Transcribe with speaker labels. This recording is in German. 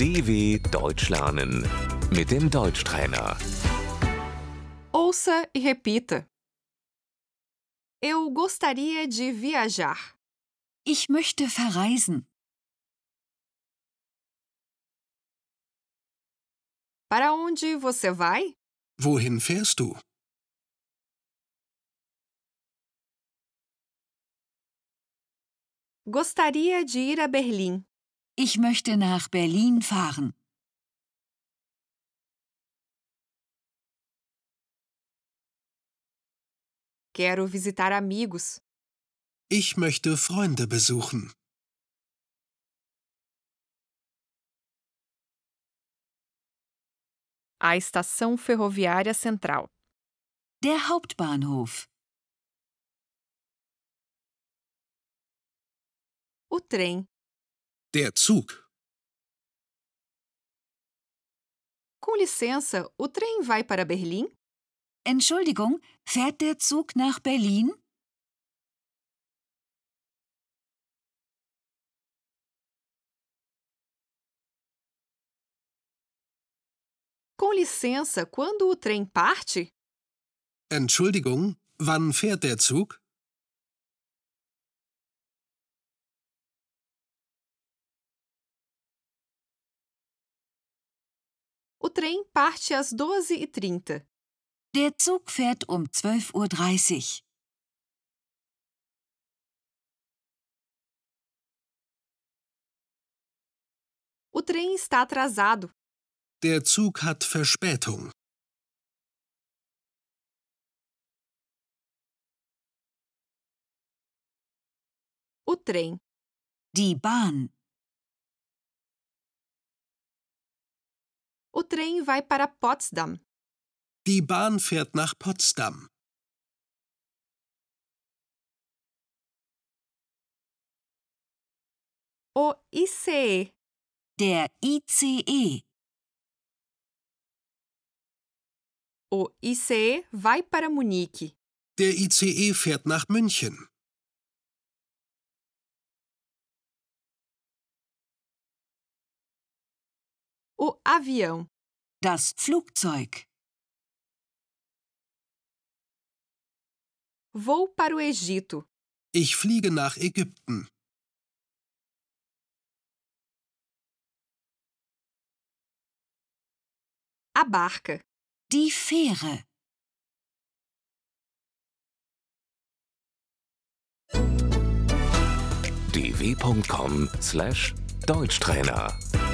Speaker 1: DW Deutsch lernen mit dem Deutschtrainer.
Speaker 2: Ouça e repita. Eu gostaria de viajar.
Speaker 3: Ich möchte verreisen.
Speaker 2: Para onde você vai?
Speaker 4: Wohin fährst du?
Speaker 2: Gostaria de ir a Berlim.
Speaker 3: Ich möchte nach Berlin fahren.
Speaker 2: Quero visitar amigos.
Speaker 4: Ich möchte Freunde besuchen.
Speaker 2: A estação ferroviária central.
Speaker 3: Der Hauptbahnhof.
Speaker 2: O trem.
Speaker 4: Der Zug.
Speaker 2: Com licença, o trem vai para Berlim?
Speaker 3: Entschuldigung, fährt der Zug nach Berlin?
Speaker 2: Com licença, quando o trem parte?
Speaker 4: Entschuldigung, wann fährt der Zug?
Speaker 2: O trem parte às 12h30.
Speaker 3: Der Zug fährt um 12.30 Uhr.
Speaker 2: O trem está atrasado.
Speaker 4: Der Zug hat Verspätung.
Speaker 2: O trem.
Speaker 3: Die Bahn.
Speaker 2: O trem vai para Potsdam.
Speaker 4: Die Bahn fährt nach Potsdam.
Speaker 2: O ICE.
Speaker 3: Der E. ICE.
Speaker 2: O ICE vai para Munique.
Speaker 4: Der ICE fährt nach München.
Speaker 2: O avião.
Speaker 3: Das Flugzeug.
Speaker 2: Vou para o Egito.
Speaker 4: Ich fliege nach Ägypten.
Speaker 2: A barca.
Speaker 3: Die Fähre.
Speaker 1: dw.com/deutschtrainer